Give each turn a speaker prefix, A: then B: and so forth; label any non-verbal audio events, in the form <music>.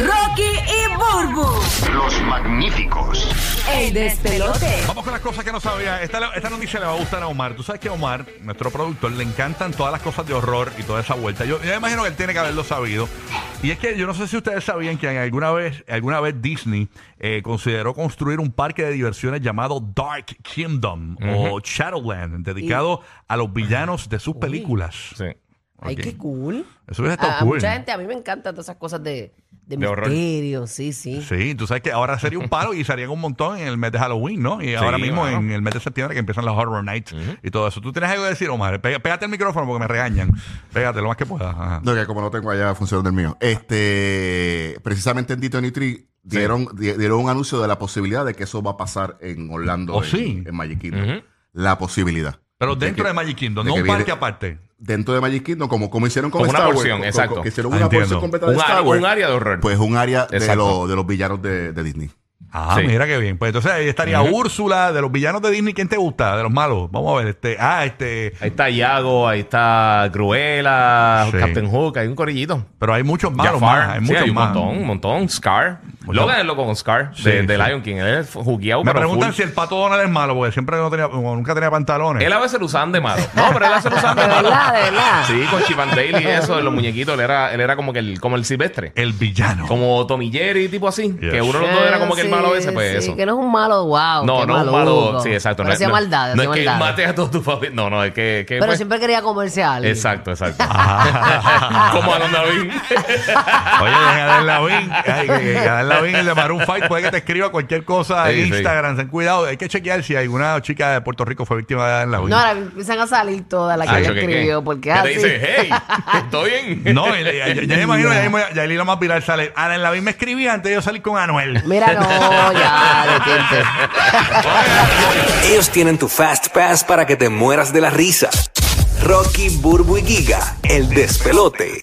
A: Rocky y Burbu.
B: Los magníficos.
A: El despelote.
C: Vamos con las cosas que no sabía. Esta, esta noticia le va a gustar a Omar. Tú sabes que a Omar, nuestro productor, le encantan todas las cosas de horror y toda esa vuelta. Yo, yo imagino que él tiene que haberlo sabido. Y es que yo no sé si ustedes sabían que alguna vez, alguna vez Disney eh, consideró construir un parque de diversiones llamado Dark Kingdom o Shadowland, dedicado a los villanos de sus películas.
D: Sí.
E: Ay,
C: Ok.
E: qué cool.
C: Eso hubiese estado
E: A, a
C: cool.
E: Ah, mucha gente, a mí me encantan todas esas cosas de, de,
D: De horror.
E: misterio, sí, sí.
C: Sí, tú sabes que ahora sería un palo y serían un montón en el mes de Halloween, ¿no? Y ahora mismo
D: claro.
C: en el mes de septiembre que empiezan los Horror Nights y todo eso. ¿Tú tienes algo que decir, Omar? Pega- pégate el micrófono porque me regañan. Pégate lo más que puedas. Ajá.
F: No, que como no tengo allá función del mío. Este, precisamente en Tito Nitri dieron, di- dieron un anuncio de la posibilidad de que eso va a pasar en Orlando,
C: Oh,
F: en,
C: sí.
F: en Magic Kingdom. La posibilidad.
C: Pero
F: De
C: dentro
F: que-
C: de Magic Kingdom,
F: de
C: no
F: que
C: un parque
F: viene-
C: aparte.
F: Dentro de Magic Kingdom, como, como hicieron con
D: Como una
F: Star Wars,
D: porción,
F: co- co-
D: exacto.
F: que hicieron
C: Ah,
F: una
C: entiendo.
F: porción completa de
D: Un,
F: Star
D: área,
F: Wars,
D: un área de horror.
F: pues un área de,
D: Exacto.
F: los- de los villanos de, de Disney.
C: Ah,
D: Sí.
C: mira qué bien. Pues entonces ahí estaría
D: Ujú.
C: Úrsula, de los villanos de Disney. ¿Quién te gusta? De los malos. Vamos a ver. Este, ah, este.
D: ahí está Iago, ahí está Cruella,
C: Sí.
D: Captain Hook, hay un corillito.
C: Pero hay muchos malos
D: Jafar,
C: más. Hay
D: sí,
C: muchos
D: un
C: más.
D: montón, un montón. Scar.
C: Mucho.
D: Logan es loco con Scar,
C: Sí,
D: de, de
C: sí.
D: Lion King. Él es jugueado,
C: Me
D: pero
C: preguntan
D: full.
C: si el pato Donald es malo, porque siempre no tenía, como nunca tenía pantalones.
D: Él a veces lo usaban de malo. No, pero él a veces lo
E: <laughs>
D: usaban de
E: De
D: malo.
E: verdad, de verdad.
D: Sí, con Chip and Dale y eso, de los muñequitos. Él era, él era como, que el, como el silvestre.
C: El villano.
D: Como Tommy Jerry, tipo así.
C: Yes.
D: Que uno de los dos era como que el
E: Sí,
D: malo ese, pues
E: sí,
D: eso.
E: que no es un malo, wow.
D: No,
E: qué
D: no, un
E: maluco.
D: malo. Sí, exacto.
E: Pero
D: no,
E: hacía
D: no-
E: maldades,
D: No
E: hacía
D: es que
E: maldades.
D: mate a todos tus familiares. No, no, es que. que,
E: Pero
D: pues,
E: siempre Ah. quería comerse a alguien. <laughs>
D: Exacto, exacto.
C: Ajá.
D: como a los David.
C: Oye, deja de Lavín. Ay, que- que Adán Lavín, el de Maroon Fight, puede que te escriba cualquier cosa
D: Sí,
C: en
D: sí.
C: Instagram. Ten cuidado. Hay que chequear si alguna chica de Puerto Rico fue víctima de Adán Lavín.
E: No, ahora empiezan a salir todas las Ah, que
D: Ay,
E: él
D: Ah, yo, ¿qué, qué?
E: escribió, porque
D: Que te
E: así.
D: dice, hey, ¿estoy bien?
C: No, y- y- ya, ya me imagino, ya, mismo- ya el hilo más viral sale. Ah, Adán Lavín me escribía antes de yo salir con Anuel.
E: Mira, no, <laughs> ya, detente.
D: <laughs>
G: Ellos tienen tu Fast Pass para que te mueras de la risa. Rocky, Burbu y Giga, el despelote.